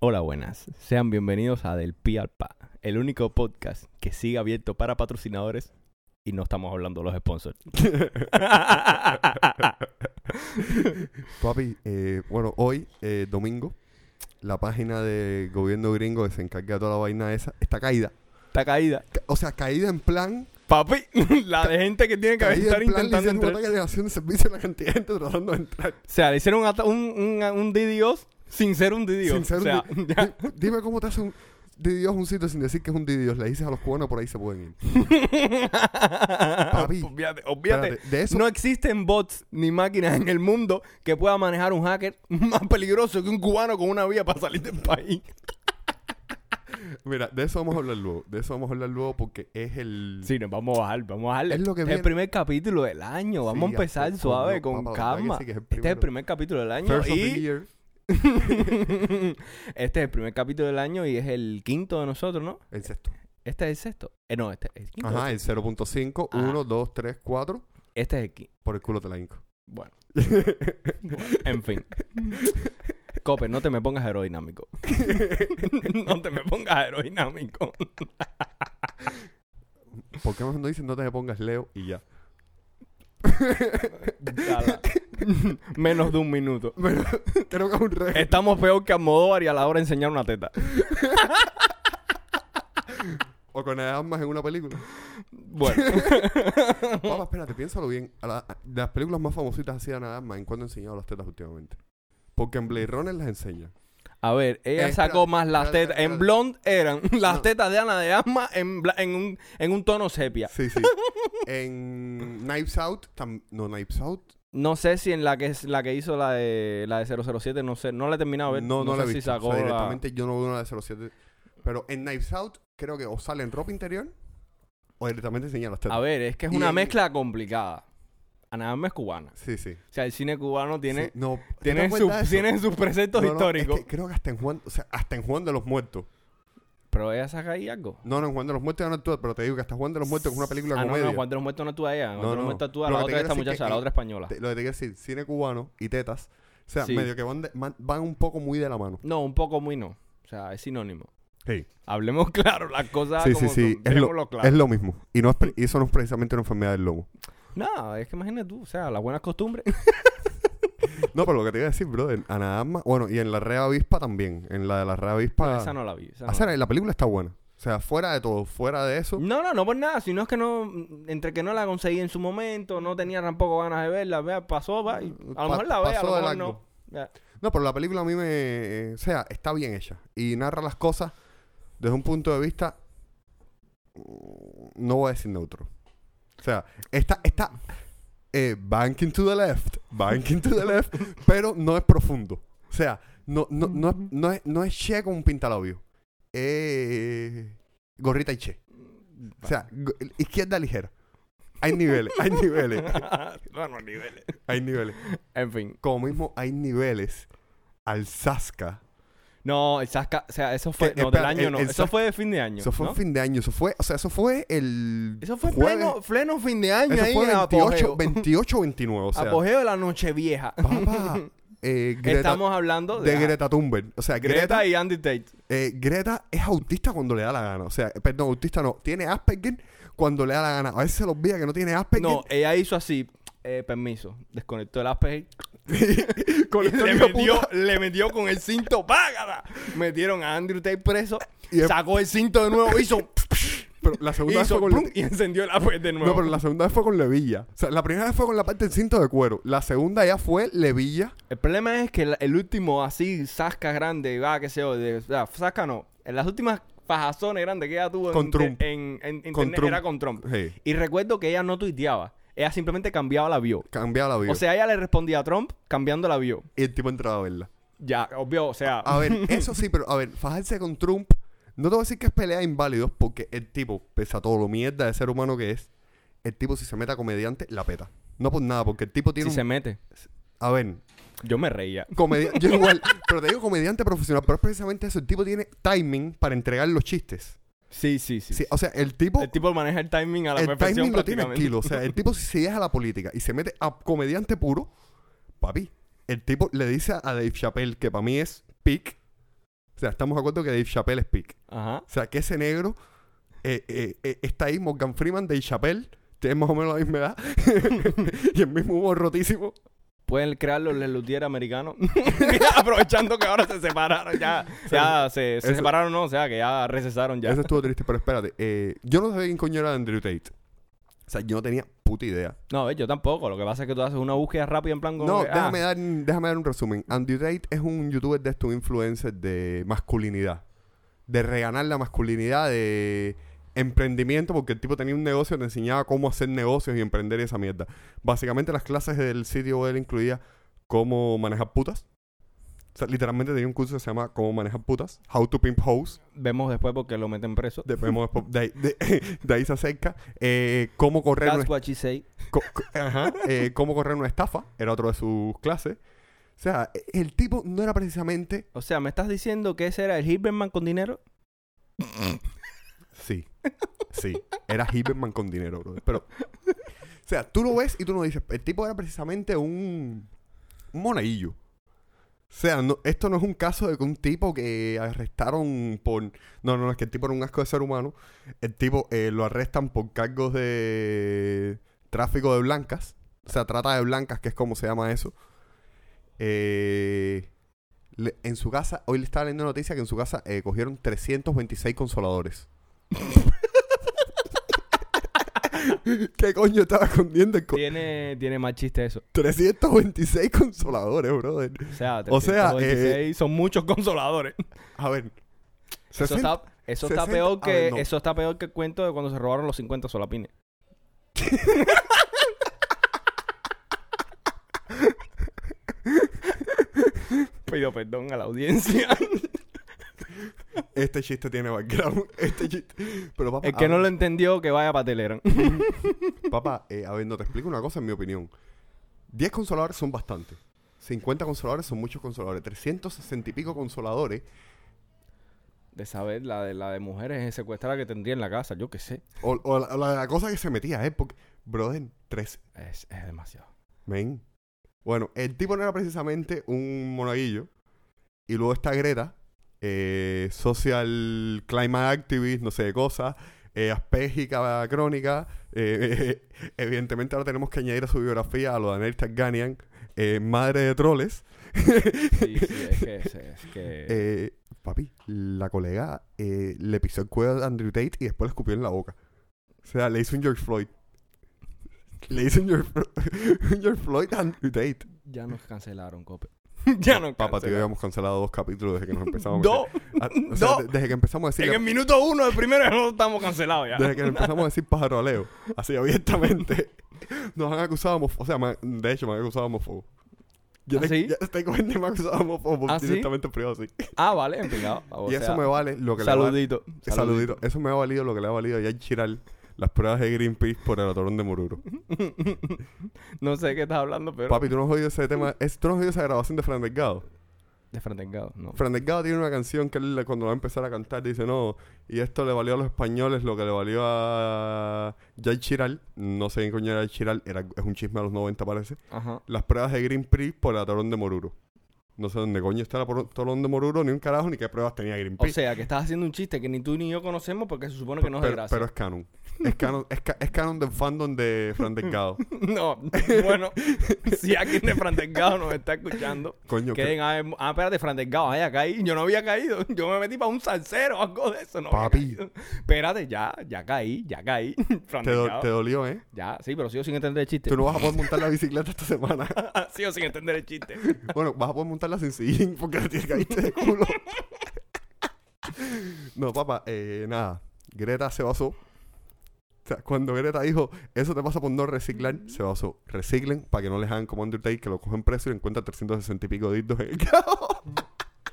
Hola, buenas. Sean bienvenidos a Del Pi al Pa, el único podcast que sigue abierto para patrocinadores y no estamos hablando de los sponsors. Papi, eh, bueno, hoy, eh, domingo, la página del gobierno gringo que se encarga de toda la vaina esa está caída. Esta caída. Ca- O sea, caída en plan. Papi, la de gente que tiene que Caída estar en plan. Le intentando hicieron entrar. una delegación de servicio a la cantidad de gente tratando de entrar. O sea, le hicieron un, ata- un, un, un DDoS sin ser un DDoS. Sin ser o sea, un, di- ya. di- Dime cómo te hace un Dios un sitio sin decir que es un Dios. Le dices a los cubanos por ahí se pueden ir. Papi, obviate, obviate. Espérate, de eso. No existen bots ni máquinas en el mundo que pueda manejar un hacker más peligroso que un cubano con una vía para salir del país. Mira, de eso vamos a hablar luego. De eso vamos a hablar luego porque es el. Sí, nos vamos a bajar, vamos a bajarle. Este Es lo que el viene. primer capítulo del año. Vamos a Sí, empezar ya, suave, coño, con papá, la verdad que calma. sí que es el este es el primero. primer capítulo del año First of the y... year. este es el primer capítulo del año y es el quinto de nosotros, ¿no? El sexto. Este es el sexto. Eh, no, este es el quinto. Ajá, el 0.5, Ajá. 1, 2, 3, 4. Este es el quinto. Por el culo te la hinco. Bueno. Bueno, en fin. Cope, no te me pongas aerodinámico. no te me pongas aerodinámico. ¿Por qué mejor no dicen no te pongas Leo y ya? Dala. Menos de un minuto. Pero creo que es un reto. Estamos peor que Almodóvar y a la hora de enseñar una teta. O con armas en una película. Bueno. Papá, espérate, piénsalo bien. A la- a- las películas más famositas así de Ana de Armas, ¿en cuándo han enseñado las tetas últimamente? Porque en Blade Runner las enseña. A ver, ella Eh, sacó espérate, más las espérate, tetas. En espérate. blonde eran las No. tetas de Ana de Asma en, bla- en, un, en un tono sepia. Sí, sí. en Knives Out, tam- no, Knives Out. No sé si en la que, la que hizo la de, la de 007, no sé. No la he terminado de ver. No, no, la sé he si visto. O sacó sea, la- directamente yo no veo una de 07. Pero en Knives Out, creo que o sale en ropa interior o directamente enseña las tetas. A ver, es que es Y una en- mezcla complicada. Ana de Armas es cubana. Sí, sí. O sea, el cine cubano tiene, Sí, no, ¿te tiene, su- das cuenta de eso? tiene sus preceptos No, no, históricos. es que creo que hasta en Juan, o sea, hasta en Juan de los Muertos. Pero ella saca ahí algo. No, no, en Juan de los Muertos ya no actúa, pero te digo que hasta Juan de los Muertos es una película ah, no, comedia. no, Juan de los Muertos no actúa ella. Juan No, de los no. Muertos actúa Lo la que otra te de esta quiero decir muchacha, que- la otra española. Te- lo que te quiero decir, cine cubano y tetas, o sea, Sí. medio que van, de- man- van un poco muy de la mano. No, un poco muy no. O sea, es sinónimo. Sí, Hablemos claro, las cosas sí, sí, como sí, son, es, lo, digámoslo claro. es lo mismo. Y, no es pre- y eso no es precisamente una enfermedad del lobo. No, es que imagínate tú, o sea, las buenas costumbres. No, pero lo que te iba a decir, bro, en Anadarma, bueno, y en La Rea Avispa también. En la de La Rea Avispa. Ah, Esa no la vi. esa no, O la sea, la película está buena. O sea, fuera de todo, fuera de eso. vi. no, no, no por nada, sino es que no, entre que no la conseguí en su momento, no tenía tampoco ganas de verla, vea, pasó, va, y a Pa- lo mejor la vea, a pasó lo de mejor largo. no. Ya. No, pero la película a mí me... eh, o sea, está bien hecha. Y narra las cosas desde un punto de vista... mm, No voy a decir neutro. O sea, está... está eh, banking to the left. Banking to the left. pero no es profundo. O sea, no, no, no, es- no es, no es Che con un pintalabio. Eh, gorrita y Che. O sea, go- izquierda ligera. Hay niveles, hay niveles, bueno, niveles. hay niveles. En fin. Como mismo hay niveles al Sasca. No, el Sasca, o sea, eso fue, Que- no, del Eh, espera, año el- no, el eso Sasca- fue de fin de año, Eso fue ¿no? un fin de año, eso fue, o sea, eso fue el Eso fue jueves- pleno, pleno fin de año eso ahí fue en 28, apogeo. 28 29, o sea, apogeo de la noche vieja. papá, eh, Greta, Estamos hablando de, de Greta Thunberg, o sea, Greta, Greta, y Andy Tate. eh, Greta es autista cuando le da la gana, o sea, eh, perdón, autista no, tiene Asperger cuando le da la gana, a veces se lo olvida que no tiene Asperger, No, ella hizo así, eh, permiso, desconectó el Asperger con Y esto le hijo de metió, puta. le metió con el cinto, págala. Metieron a Andrew Tate preso, Y el- sacó el cinto de nuevo, hizo, pero la segunda vez hizo fue con plum, y encendió el Apple de nuevo. No, pero la segunda vez fue con levilla. O sea, la primera vez fue con la parte del cinto de cuero. La segunda ya fue levilla. El problema es que la- el último así, Sasca grande, va, qué sé yo, de, o sea, Sasca no. En las últimas fajazones grandes que ella tuvo en, Con Trump. en- en internet Con Trump. era con Trump. Sí. Y recuerdo que ella no tuiteaba, ella simplemente cambiaba la bio. Cambiaba la vida. O sea, ella le respondía a Trump cambiando la bio. y el tipo entraba a verla. Ya, obvio, o sea, A ver, eso sí, pero a ver, fajarse con Trump. No te voy a decir que es pelea de inválidos porque el tipo, pese a todo lo mierda de ser humano que es, el tipo si se mete a comediante, la peta. No por nada, porque el tipo si tiene se un... mete. A ver, Yo me reía. comediante... Yo igual, pero te digo comediante profesional, pero es precisamente eso. El tipo tiene timing para entregar los chistes. Sí, sí, sí. Sí, o sea, el tipo... El tipo maneja el timing a la Oh. el perfección timing lo tiene al prácticamente. kilo. O sea, el tipo si se deja la política y se mete a comediante puro, papi, el tipo le dice a Dave Chappelle, que para mí es pick, O sea, estamos de acuerdo que Dave Chappelle es Pick. Ajá. O sea, que ese negro eh, eh, eh, está ahí, Morgan Freeman, Dave Chappelle, tiene más o menos la misma edad y el mismo humor rotísimo. Pueden crear los Lelutier americanos. Aprovechando que ahora se separaron ya. Ya se, se eso- separaron, no. O sea, que ya recesaron ya. Eso estuvo triste, pero espérate. eh, yo no sabía quién coño era Andrew Tate. O sea, yo no tenía puta idea. No, eh, yo tampoco. Lo que pasa es que tú haces una búsqueda rápida en plan como No, que, ah, déjame, dar, déjame dar un resumen. Andrew Tate es un youtuber de estos influencers de masculinidad. De reganar la masculinidad, de emprendimiento, porque el tipo tenía un negocio, te enseñaba cómo hacer negocios y emprender y esa mierda. Básicamente las clases del sitio web incluía cómo manejar putas. O sea, literalmente tenía un curso que se llama Cómo manejar putas, How to Pimp Hoes. ah, Vemos después porque lo meten preso. De, vemos después- de ahí, de- de ahí se acerca. Eh, cómo correr una That's what she say. Co- co- ajá, eh, cómo correr una estafa, era otro de sus clases. O sea, e- el tipo no era precisamente... O sea, ¿me estás diciendo que ese era el Hilberman con dinero? Sí, sí, era Hiberman con dinero, brother, Pero, o sea, tú lo ves y tú no dices, el tipo era precisamente un, un monaguillo. O sea, no- esto no es un caso de que un tipo que arrestaron por... No, no, no, es que el tipo era un asco de ser humano. El tipo eh, lo arrestan por cargos de tráfico de blancas. O sea, trata de blancas, que es como se llama eso. Eh, le- en su casa, hoy le estaba leyendo una noticia que en su casa eh, cogieron 326 consoladores. ¿Qué coño estaba escondiendo? el co- Tiene, tiene más chiste eso. 326 consoladores, brother. O sea, O sea, eh, 326 son muchos consoladores. A ver. Eso 60 está, eso está 60 peor a que ver, no. eso está peor que el cuento de cuando se robaron los 50 solapines. Pido perdón a la audiencia. Este chiste tiene background. Este chiste. Pero papá, El que a no ver, lo entendió, que vaya para Telegram. papá, eh, a ver, no te explico una cosa en mi opinión. 10 consoladores son bastante. 50 consoladores son muchos consoladores. 360 y pico consoladores. De saber, la de, la de mujeres secuestradas que tendría en la casa, yo qué sé. O, o la, o la cosa que se metía, ¿eh? Porque, brother, 3. Es, es demasiado. Men. Bueno, el tipo no era precisamente un monaguillo. Y luego está Greta, eh, social climate activist, no sé de cosas, eh, aspéjica crónica. eh, evidentemente ahora tenemos que añadir a su biografía a lo de Anel Targanian, eh, madre de troles. Sí, sí, es que. Es, es que... Eh, papi, la colega eh, le pisó el cuello a Andrew Tate y después le escupió en la boca. O sea, le hizo un George Floyd. Le hizo un George, un George Floyd a Andrew Tate. Ya nos cancelaron, Cope. ya nos Papá, tío, cancelaron. habíamos cancelado dos capítulos desde que nos empezamos. a Dos. meter- a- o sea, Dos. de- desde que empezamos a decir, En el minuto uno del primero no estamos cancelados ya. desde que empezamos a decir pájaro a Leo, así abiertamente, nos han acusado homofobia. O sea, me han- de hecho, me han acusado homófobo. Yo ¿Ah, te- sí? ya te cuento que me han acusado homófobo ¿Ah, sí? directamente en privado, sí. Ah, vale, empezado. O y sea, eso me vale lo que le saludito, va- eh, saludito. Eso me ha valido lo que le ha valido a Jan Chiral las pruebas de Greenpeace por el atorón de Mururo. no sé de qué estás hablando, pero. Papi, ¿tú no has oído ese tema? Es, ¿Tú no has oído esa grabación de Fran Delgado? De Fran Delgado, no. Fran Delgado tiene una canción que él, cuando va a empezar a cantar dice, no, y esto le valió a los españoles lo que le valió a Jay Chiral, no sé quién coño era Jay Chiral, era, es un chisme a los 90 parece, Ajá. las pruebas de Greenpeace por el torón de Moruro. No sé dónde coño está el torón de Moruro, ni un carajo, ni qué pruebas tenía O Greenpeace. sea, que estás haciendo un chiste que ni tú ni yo conocemos porque se supone que no es de pero, gracia. pero es canon. Es canon, es, ca- es canon del fandom de Fran Delgado. no, bueno, si alguien de Fran Delgado nos está escuchando, Coño, que, queden a ver. Ah, espérate, Fran Delgado, haya caí. Yo no había caído. Yo me metí para un salsero o algo de eso. No había Papi. caído. Espérate, ya, ya caí, ya caí. Fran te, do- Delgado. te dolió, ¿eh? Ya, sí, pero sigo sin entender el chiste. Tú no vas a poder montar la bicicleta esta semana. sigo sin entender el chiste. Bueno, vas a poder montarla sin sillín porque la tienes caíste de culo. no, papá, eh, nada. Greta se basó. O sea, cuando Greta dijo, eso te pasa por no reciclar, se basó. Reciclen para que no les hagan como Undertale, que lo cogen preso y le encuentran 360 y pico dildos en el cabo.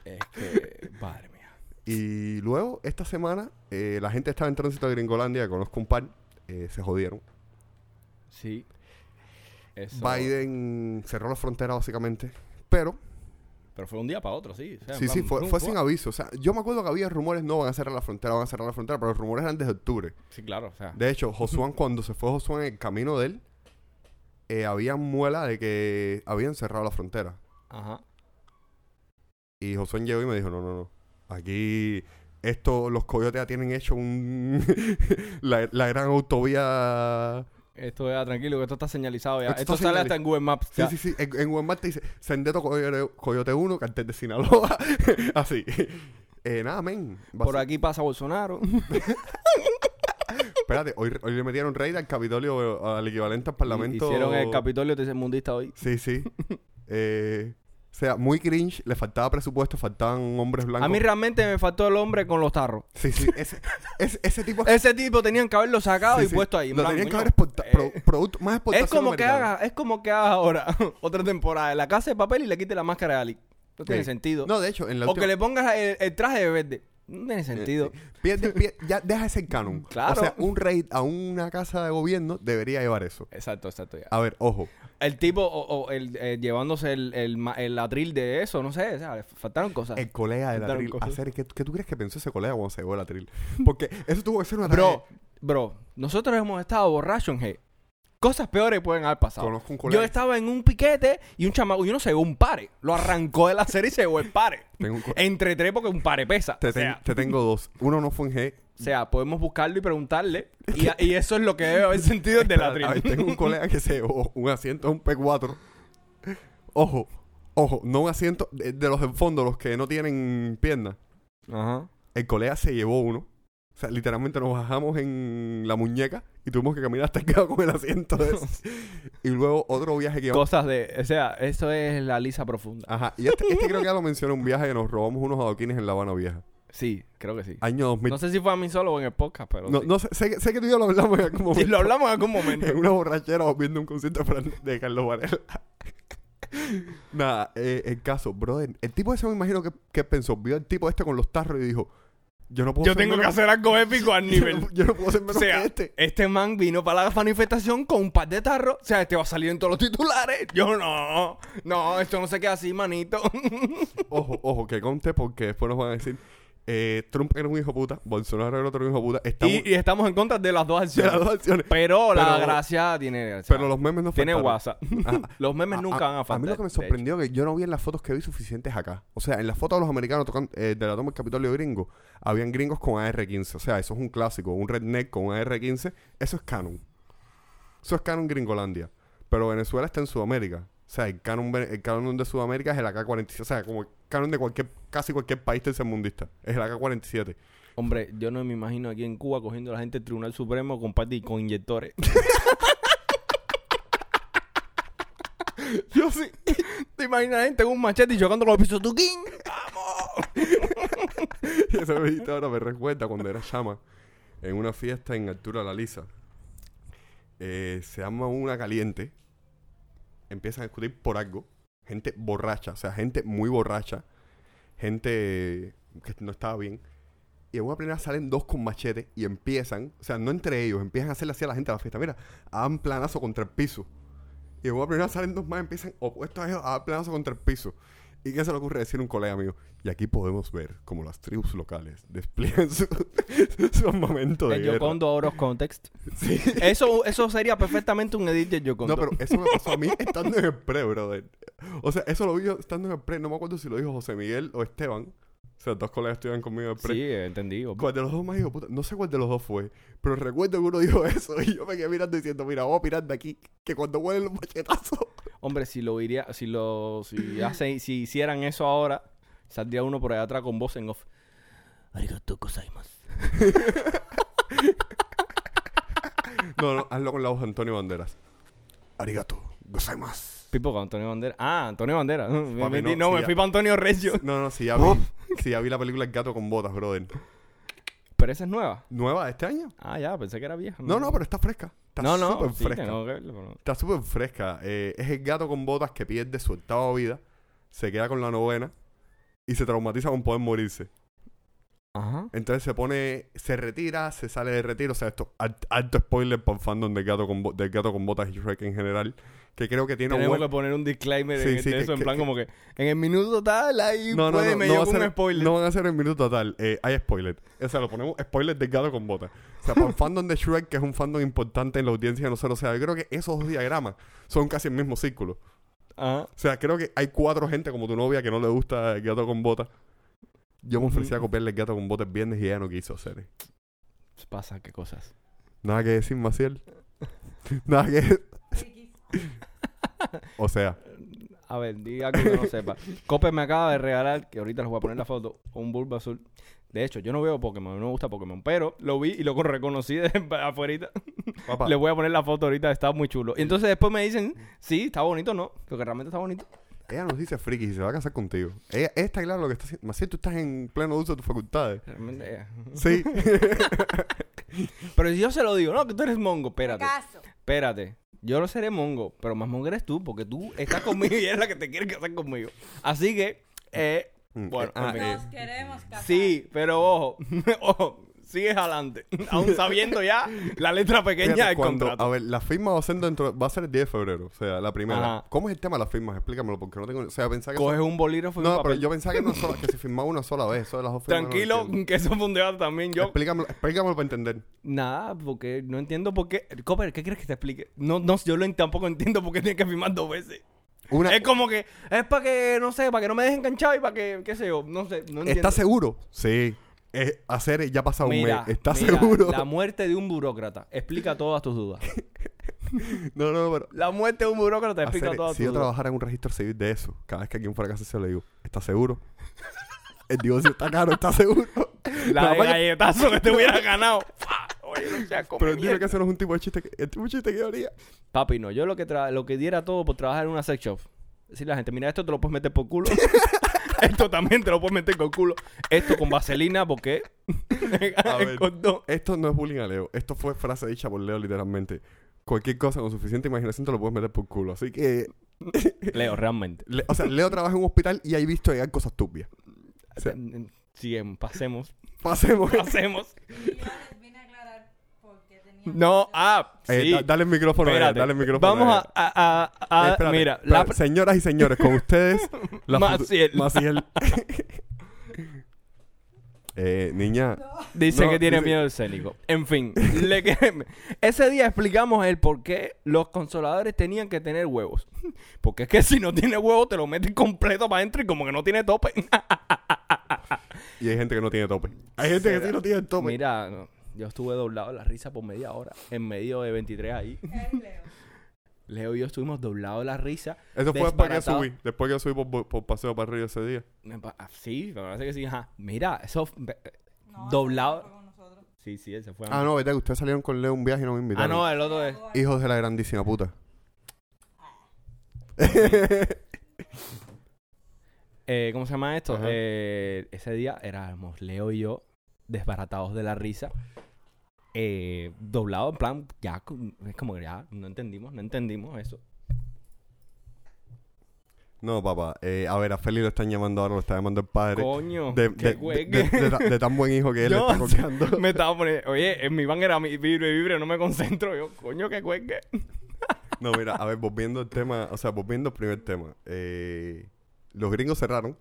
Es que, madre mía. Y luego, esta semana, eh, la gente estaba en tránsito a Gringolandia, conozco un par, eh, se jodieron. Sí. Eso- Biden cerró la frontera, básicamente. Pero Pero fue un día para otro, sí. O sea, Sí, sí, pam, fue, pum, fue pum. sin aviso. O sea, yo me acuerdo que había rumores, no van a cerrar la frontera, van a cerrar la frontera, pero los rumores eran desde octubre. Sí, claro, o sea. De hecho, Josuán, cuando se fue Josuán en el camino de él, eh, había muela de que habían cerrado la frontera. Ajá. Y Josuán llegó y me dijo, no, no, no. Aquí, esto, los coyotes ya tienen hecho un. la, la gran autovía. Esto ya, tranquilo, que esto está señalizado ya. Esto Esto, está sale señaliz- hasta en Google Maps. Sí, ya. sí, sí. En, en Walmart te dice Sendero Coyote, Coyote 1, cartel de Sinaloa. Así. Eh, nada, men. Va a Por ser- aquí pasa Bolsonaro. Espérate, hoy, hoy le metieron raid al Capitolio, al equivalente al Parlamento. Hicieron el Capitolio de mundista hoy. Sí, sí. Eh, o sea, muy cringe, le faltaba presupuesto, faltaban hombres blancos. A mí realmente me faltó el hombre con los tarros. Sí, sí, ese, ese, ese tipo... Ese tipo tenían que haberlo sacado sí, y sí, puesto ahí. en Lo plan, tenían que coño, haber exportado, eh, más exportación es como que americana. haga, es como que haga ahora otra temporada de la casa de papel y le quite la máscara a Ali. No tiene Sí. sentido. No, de hecho, en la eh, o que última- le pongas el, el traje de verde. No tiene sentido. Pierde- pier- ya deja ese canon. Claro. O sea, un raid a una casa de gobierno debería llevar eso. Exacto, exacto. ya. A ver, ojo. El tipo o, o el, eh, llevándose el, el, ma- el atril de eso, no sé, o sea, le faltaron cosas. El colega del Faltaron atril. cosas. Hacer, ¿qué, qué tú crees que pensó ese colega cuando se llevó el atril? Porque eso tuvo que ser una Bro, bro, nosotros hemos estado borrachos en G. Cosas peores pueden haber pasado. Conozco un colega. Yo estaba en un piquete y un chamaco, y uno se llevó un pare. Lo arrancó de la serie y se llevó el pare. Tengo un co- Entre tres porque un pare pesa. te, Eh, o, ten- sea, te tengo dos. Uno no fue en G. o sea, podemos buscarlo y preguntarle. Y, y eso es lo que debe haber sentido el de la Espérate, a ver, tri. tengo un colega que se llevó un asiento a un P4. Ojo, ojo, no un asiento de, de los del fondo, los que no tienen piernas. Ajá. El colega se llevó uno. O sea, literalmente nos bajamos en la muñeca y tuvimos que caminar hasta el lado con el asiento de ese. y luego otro viaje que íbamos. Cosas de. O sea, eso es la lisa profunda. Ajá, y este, este creo que ya lo mencioné, un viaje que nos robamos unos adoquines en La Habana Vieja. Sí, creo que sí. Año 2000. No sé si fue a mí solo o en el podcast, pero. No, sí. no sé, sé, que- sé que tú y yo lo hablamos en algún Sí, momento. lo hablamos en algún momento. en una borrachera o viendo un concierto de Fran- de Carlos Varela. Nada, eh, el caso, brother. El tipo ese me imagino que, que pensó, vio al tipo este con los tarros y dijo, yo no puedo Yo ser tengo que menos- hacer algo épico al Yo nivel. no, yo no puedo ser menos O sea, que este. este. man vino para la manifestación con un par de tarros. O sea, este va a salir en todos los titulares. Yo no. No, esto no se queda así, manito. Ojo, ojo, que conte porque después nos van a decir, eh, Trump era un hijo puta, Bolsonaro era otro hijo puta. Estamos y, y estamos en contra de las dos de las acciones. dos acciones. Pero la Pero- gracia tiene gracia. Pero los memes no tiene faltaron. WhatsApp. Ah, los memes A- nunca a- van a faltar. A mí lo que de me hecho. sorprendió que yo no vi en las fotos que vi suficientes acá. O sea, en las fotos de los americanos tocando, eh, de la toma del Capitolio gringo, habían gringos con AR-15. O sea, eso es un clásico. Un redneck con AR-15, eso es canon. Eso es canon gringolandia. Pero Venezuela está en Sudamérica. O sea, el canon, ve- el canon de Sudamérica es el AK-47. O sea, como el canon de cualquier, casi cualquier país tercermundista. Es el AK-47. Hombre, yo no me imagino aquí en Cuba cogiendo a la gente del Tribunal Supremo con par de- con inyectores. Yo sí. ¿Te imaginas a la gente con un machete y chocando con los pisos tuquín? Y ese videito ahora me recuerda cuando era chama en una fiesta en Altura La Lisa. Eh, se llama una caliente. Empiezan a discutir por algo. Gente borracha, o sea, gente muy borracha. Gente que no estaba bien. Y en una primera salen dos con machete y empiezan, o sea, no entre ellos, empiezan a hacerle así a la gente de la fiesta. Mira, hagan planazo contra el piso. Y en una primera salen dos más, empiezan opuestos a ellos a dar planazo contra el piso. ¿Y qué se le ocurre decir a un colega mío? Y aquí podemos ver como las tribus locales despliegan su, su armamento de El guerra. Yocondo Out of Context. Sí. Eso, eso sería perfectamente un edit de Yocondo. No, pero eso me pasó a mí estando en el pre, brother. O sea, eso lo vi yo estando en el pre. No me acuerdo si lo dijo José Miguel o Esteban. O sea, dos colegas estuvieron conmigo en el pre. Sí, entendí. obvio. ¿Cuál de los dos más dijo puta? No sé cuál de los dos fue. Pero recuerdo que uno dijo eso. Y yo me quedé mirando diciendo, mira, vamos a mirar de aquí. Que cuando huelen los machetazos. Hombre, si lo iría, si lo, si, hace- si hicieran eso ahora, saldría uno por allá atrás con voz en off. Arigato gozaimasu. No, no, hazlo con la voz de Antonio Banderas. Arigato, más. Pipo con Antonio Bandera. Ah, Antonio Bandera. Me Papi, metí- no, no, sí, me ya. fui para Antonio Recio. No, no, si ya vi, si ya vi la película El gato con botas, brother. Pero esa es nueva. ¿Nueva de este año? Ah, ya, pensé que era vieja. No, no, pero está fresca. Está no, no, súper sí, fresca. tengo que verlo, pero- Está súper fresca. Eh, es el gato con botas que pierde su octava vida, se queda con la novena y se traumatiza con poder morirse. Ajá. Entonces se pone, se retira, se sale de retiro. O sea, esto alt- alto spoiler para el fandom del gato, con bo- del gato con botas y Shrek en general. Que creo que tiene un Tenemos que buen... poner un disclaimer Sí, en sí, de que- eso, en que- plan que- como que en el minuto tal, ahí No, no, puede no, me no, va llegó a ser- un spoiler. no van a hacer el minuto total. Eh, hay spoiler. O sea, lo ponemos spoiler del gato con botas. O sea, para el fandom de Shrek, que es un fandom importante en la audiencia de nosotros. O sea, yo creo que esos dos diagramas son casi el mismo círculo. Ajá. Ah, O sea, creo que hay cuatro gente como tu novia que no le gusta el gato con botas. Yo me ofrecí a Ujú. copiarle el gato con botes viernes y ella no quiso hacer. Pasa qué cosas. Nada que decir, Maciel. Nada que. o sea, A ver, diga algo que no sepa. Cope me acaba de regalar, que ahorita les voy a poner la foto, un bulbo azul. De hecho, yo no veo Pokémon, no me gusta Pokémon, pero lo vi y lo reconocí de afuerita. papá. Les voy a poner la foto ahorita, está muy chulo. Y entonces después me dicen, sí, está bonito, no, porque realmente está bonito. Ella nos dice friki y se va a casar contigo. Ella, ella está claro lo que está haciendo. Maciel, tú estás en pleno uso de tus facultades. Realmente, eh. Sí. Pero si yo se lo digo, no, que tú eres mongo, espérate, Caso. espérate. Yo no seré mongo, pero más mongo eres tú, porque tú estás conmigo y eres la que te quiere casar conmigo. Así que, eh, bueno, Ah, en fin. eh, Nos queremos casar. Sí, pero ojo, ojo, sigues adelante. Aún sabiendo ya la letra pequeña fíjate, del cuando- contrato. A ver, la firma va a ser dentro. Va a ser el 10 de febrero. O sea, la primera. Ajá. ¿Cómo es el tema de las firmas? Explícamelo porque no tengo. O sea, pensaba que. Coges un bolígrafo y no, un pero papel. yo pensaba que, no solo- que se firmaba una sola vez. Eso de las dos firmas no lo Tranquilo, entiendo. que eso fue un debate también. Yo, Explícamelo, explícamelo para entender. nada, porque no entiendo por qué. Cooper, ¿qué quieres que te explique? No, no, yo lo, tampoco entiendo por qué tienes que firmar dos veces. Una, Es como que, es para que, no sé, para que no me dejen enganchado y para que, qué sé yo, no sé, no entiendo. ¿Estás seguro? Sí. Es hacer ya ha pasado Mira, un mes. ¿Estás mira, seguro? La muerte de un burócrata explica todas tus dudas. No, no, pero. La muerte de un burócrata explica hacer- todas si tus yo dudas. trabajara en un registro civil de eso, cada vez que alguien fuera a casa se le digo, ¿estás seguro? El divorcio está caro, ¿estás seguro? La de Pero, aparte- galletazo que te hubiera ganado. ¡Fua! Oye, no seas come pero dime mierda. que ese no es un tipo de chiste que, el tipo de chiste que yo haría. Papi, no. Yo lo que, tra- lo que diera todo por trabajar en una sex shop. Decirle a la gente, mira, esto te lo puedes meter por culo. esto también te lo puedes meter con culo. Esto con vaselina porque... A ver. Condón. Esto no es bullying a Leo, esto fue frase dicha por Leo literalmente. Cualquier cosa con suficiente imaginación te lo puedes meter por culo. Así que, Leo, realmente. le- o sea, Leo trabaja en un hospital y ahí visto llegar cosas turbias. O sea, Sí, em, pasemos. pasemos. Pasemos. Y yo les vine a aclarar por qué teníamos No, que- ah, sí. Eh, da- dale el micrófono, a ella, Espérate. dale el micrófono. Vamos ella. a... a- a- a- Eh, espérate, mira, espérate. la- señoras y señores, con ustedes, la futu- Maciel. Maciel. eh, niña, Dice No, que tiene dice- miedo escénico. En fin, le que- ese día explicamos el por qué los consoladores tenían que tener huevos. Porque es que si no tiene huevos, te lo meten completo para adentro y como que no tiene tope. y hay gente que no tiene tope. Hay gente que sí no tiene tope. Mira, no, yo estuve doblado de la risa por media hora, en medio de 23 ahí. Es Leo. Leo y yo estuvimos doblados de la risa. Eso fue después que yo desbaratados. subí, después que yo subí por, por- por paseo para arriba ese día. Me pa- ah, Sí, me parece que sí. ajá. Mira, eso... No, Doblado. no fue con nosotros. Sí, sí, ese fue... Ah, no, verdad que ustedes salieron con Leo un viaje y no me Ah, invitaron. no, el otro es... Hijos de la grandísima puta. Eh, ¿Cómo se llama esto? Ajá. Eh, ese día éramos Leo y yo desbaratados de la risa. Eh, doblado en plan, ya, con- es como que ya, no entendimos, no entendimos eso. No, papá. eh, a ver, a Feli lo están llamando ahora, lo está llamando el padre. Coño, de, qué de- güey, de- que- de ta- de tan buen hijo que él Yo, está coqueando. me estaba poniendo, oye, en mi van era mi vibre, vibre, no me concentro. Yo, coño, qué cuenque. No, mira, a ver, volviendo al tema, o sea, volviendo al primer tema. Eh, los gringos cerraron.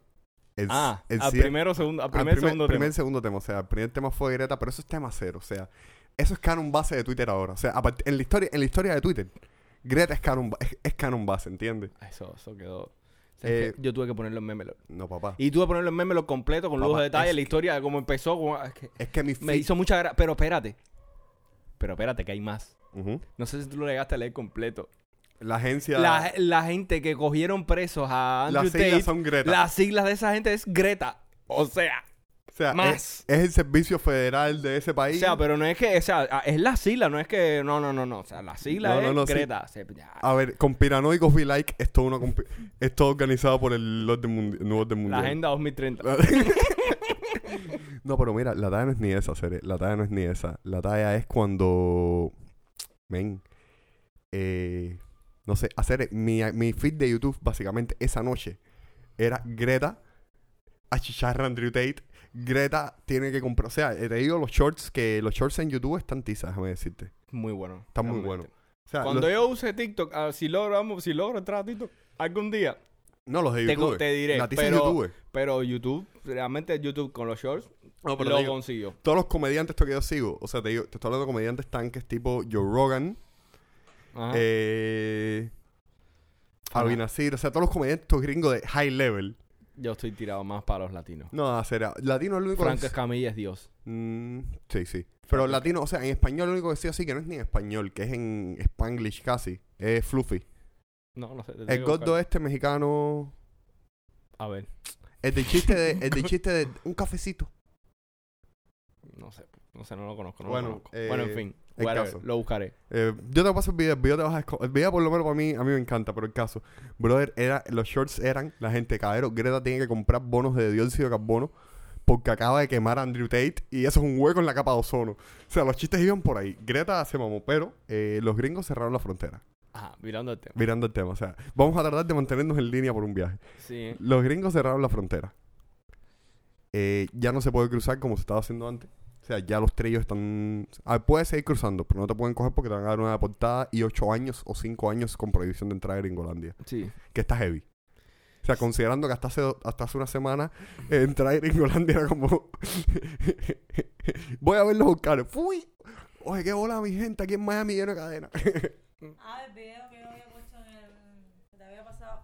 El, Ah, el al cierre- primero, segundo, al al primer, primer- segundo primer, tema. segundo tema. O sea, el primer tema fue Greta, pero eso es tema cero. O sea, eso es canon base de Twitter ahora. O sea, a part- en, la historia, en la historia de Twitter, Greta es canon, ba- es, es canon base, ¿entiendes? Ah, Eso, eso quedó. O sea, es Eh, que yo tuve que ponerlo en meme. lo- No, papá. Y tuve que ponerlo en meme lo completo, con lujo Papá, de detalle, es la historia de cómo empezó. cómo- es que es que mi me feed- hizo mucha gracia. Pero espérate. Pero espérate, que hay más. Ujú. No sé si tú lo llegaste a leer completo. La agencia. La, la gente que cogieron presos a Andrew las siglas Tate, son Greta. las siglas de esa gente es Greta. O sea, o sea, más. Es, es el servicio federal de ese país. o sea, pero no es que, o sea, a- es la sigla, no es que, no, no, no, no. O sea, la sigla No, es no, no, sí. Ah, Greta. Se- ya. A ver, con piranoicos be like, es todo, una compi- es todo organizado por el orden mundi- nuevo orden la mundial. agenda 2030. no, pero mira, la talla no es ni esa, Cere. La talla no es ni esa. La talla es cuando. Men. eh, no sé, hacer mi, mi feed de YouTube, básicamente, esa noche era Greta achicharra a Andrew Tate. Greta tiene que comprar. O sea, eh, te digo los shorts que los shorts en YouTube están tizas, déjame decirte. Muy bueno. Está muy realmente. bueno. O sea, Cuando los- yo use TikTok, ah, si logramos, si logro entrar a TikTok algún día, no, los de te, YouTube. te diré. La tiza en pero, YouTube. pero YouTube, realmente YouTube con los shorts, No, pero lo digo- consiguió. Todos los comediantes esto que yo sigo, o sea, te, digo, te estoy hablando de comediantes tanques tipo Joe Rogan, Ajá. eh, Ajá. Abinacir, o sea, todos los comediantes estos gringos de high level. Yo estoy tirado más para los latinos. No, ah, será. Latino es el único. Franco que- Escamilla es Dios. Mm, sí, sí. Pero latino, o sea, en español lo único que sí o sí que no es ni en español, que es en spanglish casi, es fluffy. No, no sé. tendría El que gordo buscar. este mexicano. A ver, El de chiste de, el de chiste de un cafecito. no sé. No sé, no lo conozco. No Bueno, lo conozco. eh, bueno, en fin. el whatever, caso. Lo buscaré. Eh, yo te paso el video, el video te vas a esco- El video por lo menos para mí, a mí me encanta, pero el caso. Brother, era, los shorts eran, la gente cadero, Greta tiene que comprar bonos de dióxido de carbono porque acaba de quemar a Andrew Tate y eso es un hueco en la capa de ozono. O sea, los chistes iban por ahí. Greta se mamó, pero eh, los gringos cerraron la frontera. Ajá, mirando el tema. Mirando el tema, o sea, vamos a tratar de mantenernos en línea por un viaje. Sí. ¿eh? Los gringos cerraron la frontera. Eh, ya no se puede cruzar como se estaba haciendo antes. O sea, ya los trillos están... Ah, puedes seguir cruzando, pero no te pueden coger porque te van a dar una deportada y ocho años o cinco años con prohibición de entrar a Gringolandia. Sí. Que está heavy. O sea, considerando que hasta hace, do- hasta hace una semana eh, entrar a Gringolandia era como... Voy a ver los Oscars. ¡Fui! Oye, qué bola, mi gente. Aquí en Miami lleno de cadena. Ah, el video que yo había puesto en el. que te había pasado.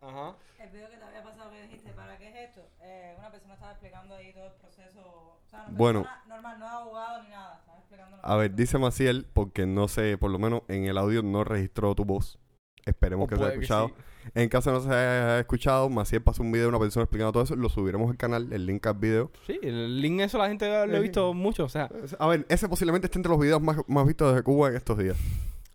Ajá. El video que te había pasado que dijiste, ¿para qué es esto? Eh, una persona estaba explicando ahí todo el proceso. O sea, una Bueno. persona normal, no abogado ni nada. Estaba explicando A ver, dice Maciel, porque no sé, por lo menos en el audio no registró tu voz. Oh, Esperemos que se haya escuchado. En caso no se haya escuchado, Maciel pasó un video de una persona explicando todo eso. Lo subiremos al canal, el link al video. Sí, el link eso la gente lo ha visto mucho. O sea, A ver, ese posiblemente esté entre los videos más, más vistos desde Cuba en estos días.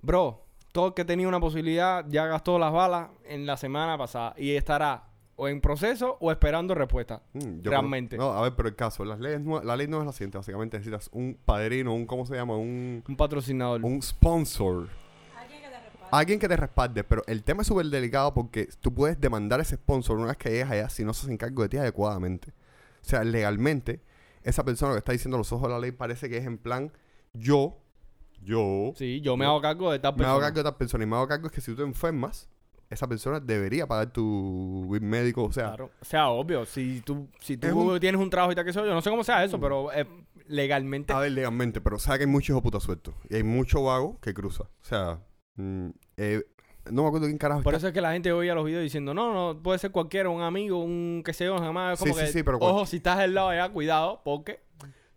Bro, todo el que tenía una posibilidad ya gastó las balas en la semana pasada y estará o en proceso o esperando respuesta. Mm, yo Realmente. creo- no, a ver, pero el caso, las leyes nue- la ley no es la siguiente. Básicamente necesitas un padrino, un, ¿cómo se llama? Un, Un patrocinador. un sponsor. Alguien que te respalde. Alguien que te respalde, pero el tema es súper delicado porque tú puedes demandar ese sponsor una vez que llegas allá si no se hace cargo de ti adecuadamente. O sea, legalmente, esa persona que está diciendo a los ojos de la ley parece que es en plan, yo, yo, Sí, yo me hago cargo de tal me persona. hago cargo de tal persona y me hago cargo es que si tú te enfermas, esa persona debería pagar tu bill médico. O sea, Claro. O sea, obvio, si tú, si tú Es un- Mm. tienes un trabajo y tal que eso, yo no sé cómo sea eso, pero eh, legalmente a ver, legalmente, pero sabe que hay muchos hijos de puta sueltos y hay mucho vago que cruza. O sea, mm, eh, no me acuerdo quién carajo Por está- eso es que la gente oía los videos diciendo, no, no, puede ser cualquiera, un amigo, un que sé yo, jamás. Es Sí, como sí, que, sí, pero cual- ojo, si estás del lado allá, cuidado, porque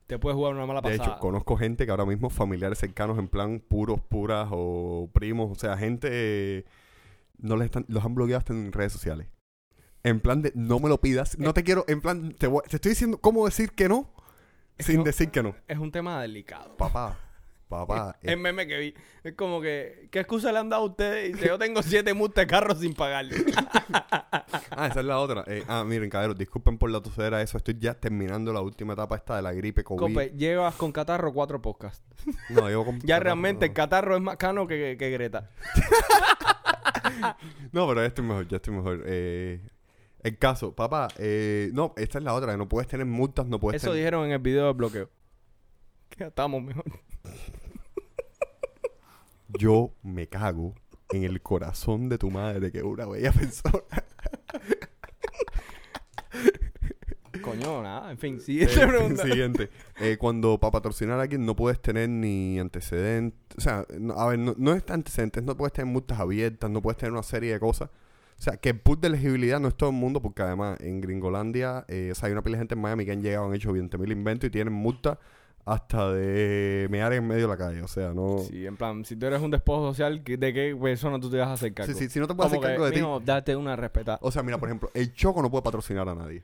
te puedes jugar una mala De pasada. hecho, conozco gente que ahora mismo, familiares cercanos en plan puros, puras o primos, o sea, gente eh, no les están, los han bloqueado hasta en redes sociales. En plan de no me lo pidas, Eh. no te quiero, en plan, te, voy- te estoy diciendo cómo decir que no Es sin que- decir que no. Es un tema delicado. Papá, papá. El eh, meme que vi. Es como que, ¿qué excusa le han dado a ustedes? Dice, yo tengo siete multas de carro sin pagarle. ah, esa es la otra. Eh, ah, miren, cabrón, disculpen por la tosedera eso. Estoy ya terminando la última etapa esta de la gripe COVID. Cope, llevas con catarro cuatro podcasts. No, yo con- Ya realmente el catarro es más cano que, que, que Greta. No, pero ya estoy mejor, ya estoy mejor. Eh, el caso, papá, eh, no, esta es la otra, no puedes tener multas, no puedes Eso tener... dijeron en el video de bloqueo. Que ya estamos mejor. Yo me cago en el corazón de tu madre, que es una bella persona. Coño, nada. En fin, siguiente pregunta. Siguiente. Eh, cuando para patrocinar a alguien no puedes tener ni antecedentes. O sea, no- a ver, no, no es antecedentes, no puedes tener multas abiertas, no puedes tener una serie de cosas. O sea, que el pool de elegibilidad no es todo el mundo, porque además en Gringolandia, eh, o sea, hay una pila de gente en Miami que han llegado, han hecho 20.000 inventos y tienen multas hasta de mear en medio de la calle. O sea, no. Sí, en plan, si tú eres un despojo social, ¿qué- ¿de qué persona tú te vas a hacer cargo? Sí, sí, si no te puedes Como hacer cargo de que, ti. mijo, date una respetada. O sea, mira, por ejemplo, el Choco no puede patrocinar a nadie.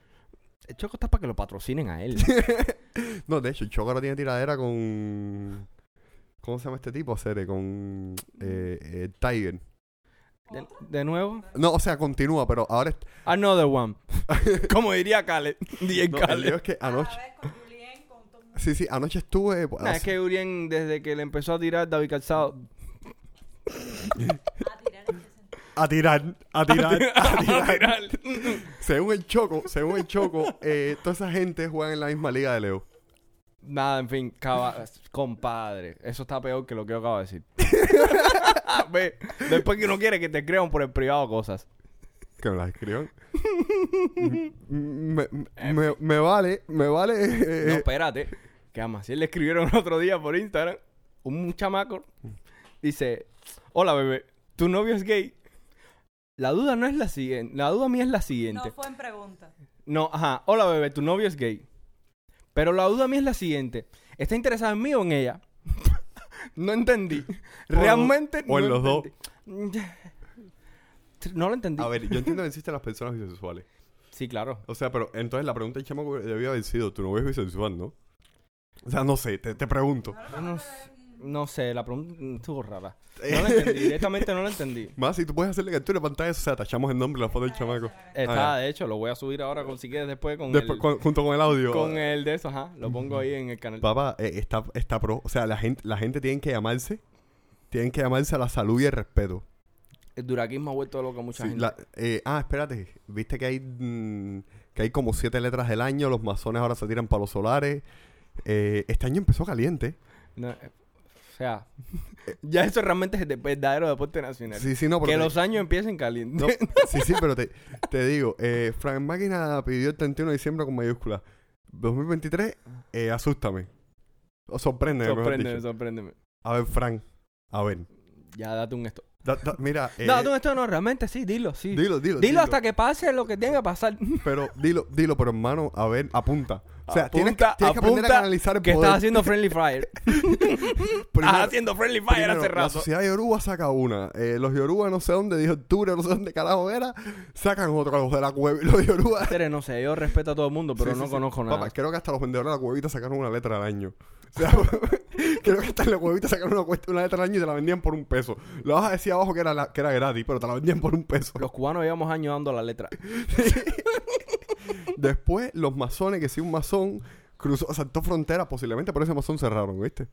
El Choco está para que lo patrocinen a él. No, de hecho, el Choco ahora tiene tiradera con. ¿Cómo se llama este tipo, Cere? Con. eh, eh, Tiger. De, de nuevo. No, o sea, continúa, pero ahora. es- Another one. Como diría Khaled. DJ No, el Khaled. lío es que A anoche. ver, con Julien, con todo el mundo. Sí, sí, anoche estuve. pues, Nah, es que Urien, desde que le empezó a tirar David Calzado, A Ah, tirar el A tirar, presente. a tirar, a tirar. Tirar. según el Choco, según el Choco, eh, toda esa gente juega en la misma liga de Leo. nada, en fin, caba- compadre, eso está peor que lo que yo acabo de decir. Ve, después que uno quiere que te escriban por el privado cosas. Que me la escriban. me, me- me vale, me vale. eh, No, espérate, que a Maciel le escribieron el otro día por Instagram, un chamaco, dice, hola bebé, ¿tu novio es gay? La duda no es la siguiente. La duda mía es la siguiente. No fue en pregunta. No, ajá. Hola, bebé, tu novio es gay. Pero la duda mía es la siguiente. ¿Está interesado en mí o en ella? no entendí. Realmente o en no los dos. entendí. No lo entendí. A ver, yo entiendo que existen las personas bisexuales. Sí, claro. O sea, pero entonces la pregunta del chamo debía haber sido, tu novio es bisexual, ¿no? O sea, no sé, te, te pregunto. Yo No, s- no sé, la pregunta estuvo rara. No la entendí. Directamente no la entendí. Más si tú puedes hacerle captura de pantalla, o sea, tachamos el nombre y la foto del chamaco. Está, Ah, de hecho, lo voy a subir ahora con, si quieres después con Después, el, con- junto con el audio. con el de eso, ajá. Lo pongo ahí en el canal. Papá, eh, está, está pro. O sea, la gente, la gente tiene que llamarse. Tienen que llamarse a la salud y el respeto. El duraquismo ha vuelto loco a mucha Sí, gente. la- eh, ah, espérate. Viste que hay mm, que hay como siete letras del año. Los masones ahora se tiran para los solares. Eh, este año empezó caliente. No, eh, o sea, ya eso realmente es de verdadero deporte nacional. Sí, sí, no, pero que te- los años empiecen calientes. no, sí, sí, pero te, te digo. Eh, Frank Máquina pidió el 31 de diciembre con mayúscula. 2023, eh, asústame. O sorprende, sorpréndeme, sorpréndeme. A ver, Frank. A ver. Ya, date un esto. Da- da- mira. eh, no, date un esto, no, realmente sí, dilo, sí. Dilo, dilo. Dilo hasta que pase lo que tenga que pasar. Pero dilo, dilo, pero hermano, a ver, apunta. O sea, tienes, que, Apunta, tienes que aprender a apunta canalizar el que poder. estás haciendo Friendly Fire. Primero- estás haciendo Friendly Fire primero, hace La rato. sociedad yoruba saca una. Eh, los yoruba no sé dónde, dijo octubre, no sé dónde carajo era, sacan otra los de la cueva. Los yoruba. Tere, no sé, yo respeto a todo el mundo, pero Sí, no sí, sí. conozco nada. Papá, creo que hasta los vendedores de la cuevita sacaron una letra al año. O sea, creo que hasta en la cuevita sacaron una, cuesta- una letra al año y te la vendían por un peso. Lo vas a decir abajo que era, la- que era gratis, pero te la vendían por un peso. Los cubanos llevamos años dando la letra. Después, los masones, que si un masón cruzó, saltó frontera, posiblemente por ese masón cerraron, ¿viste?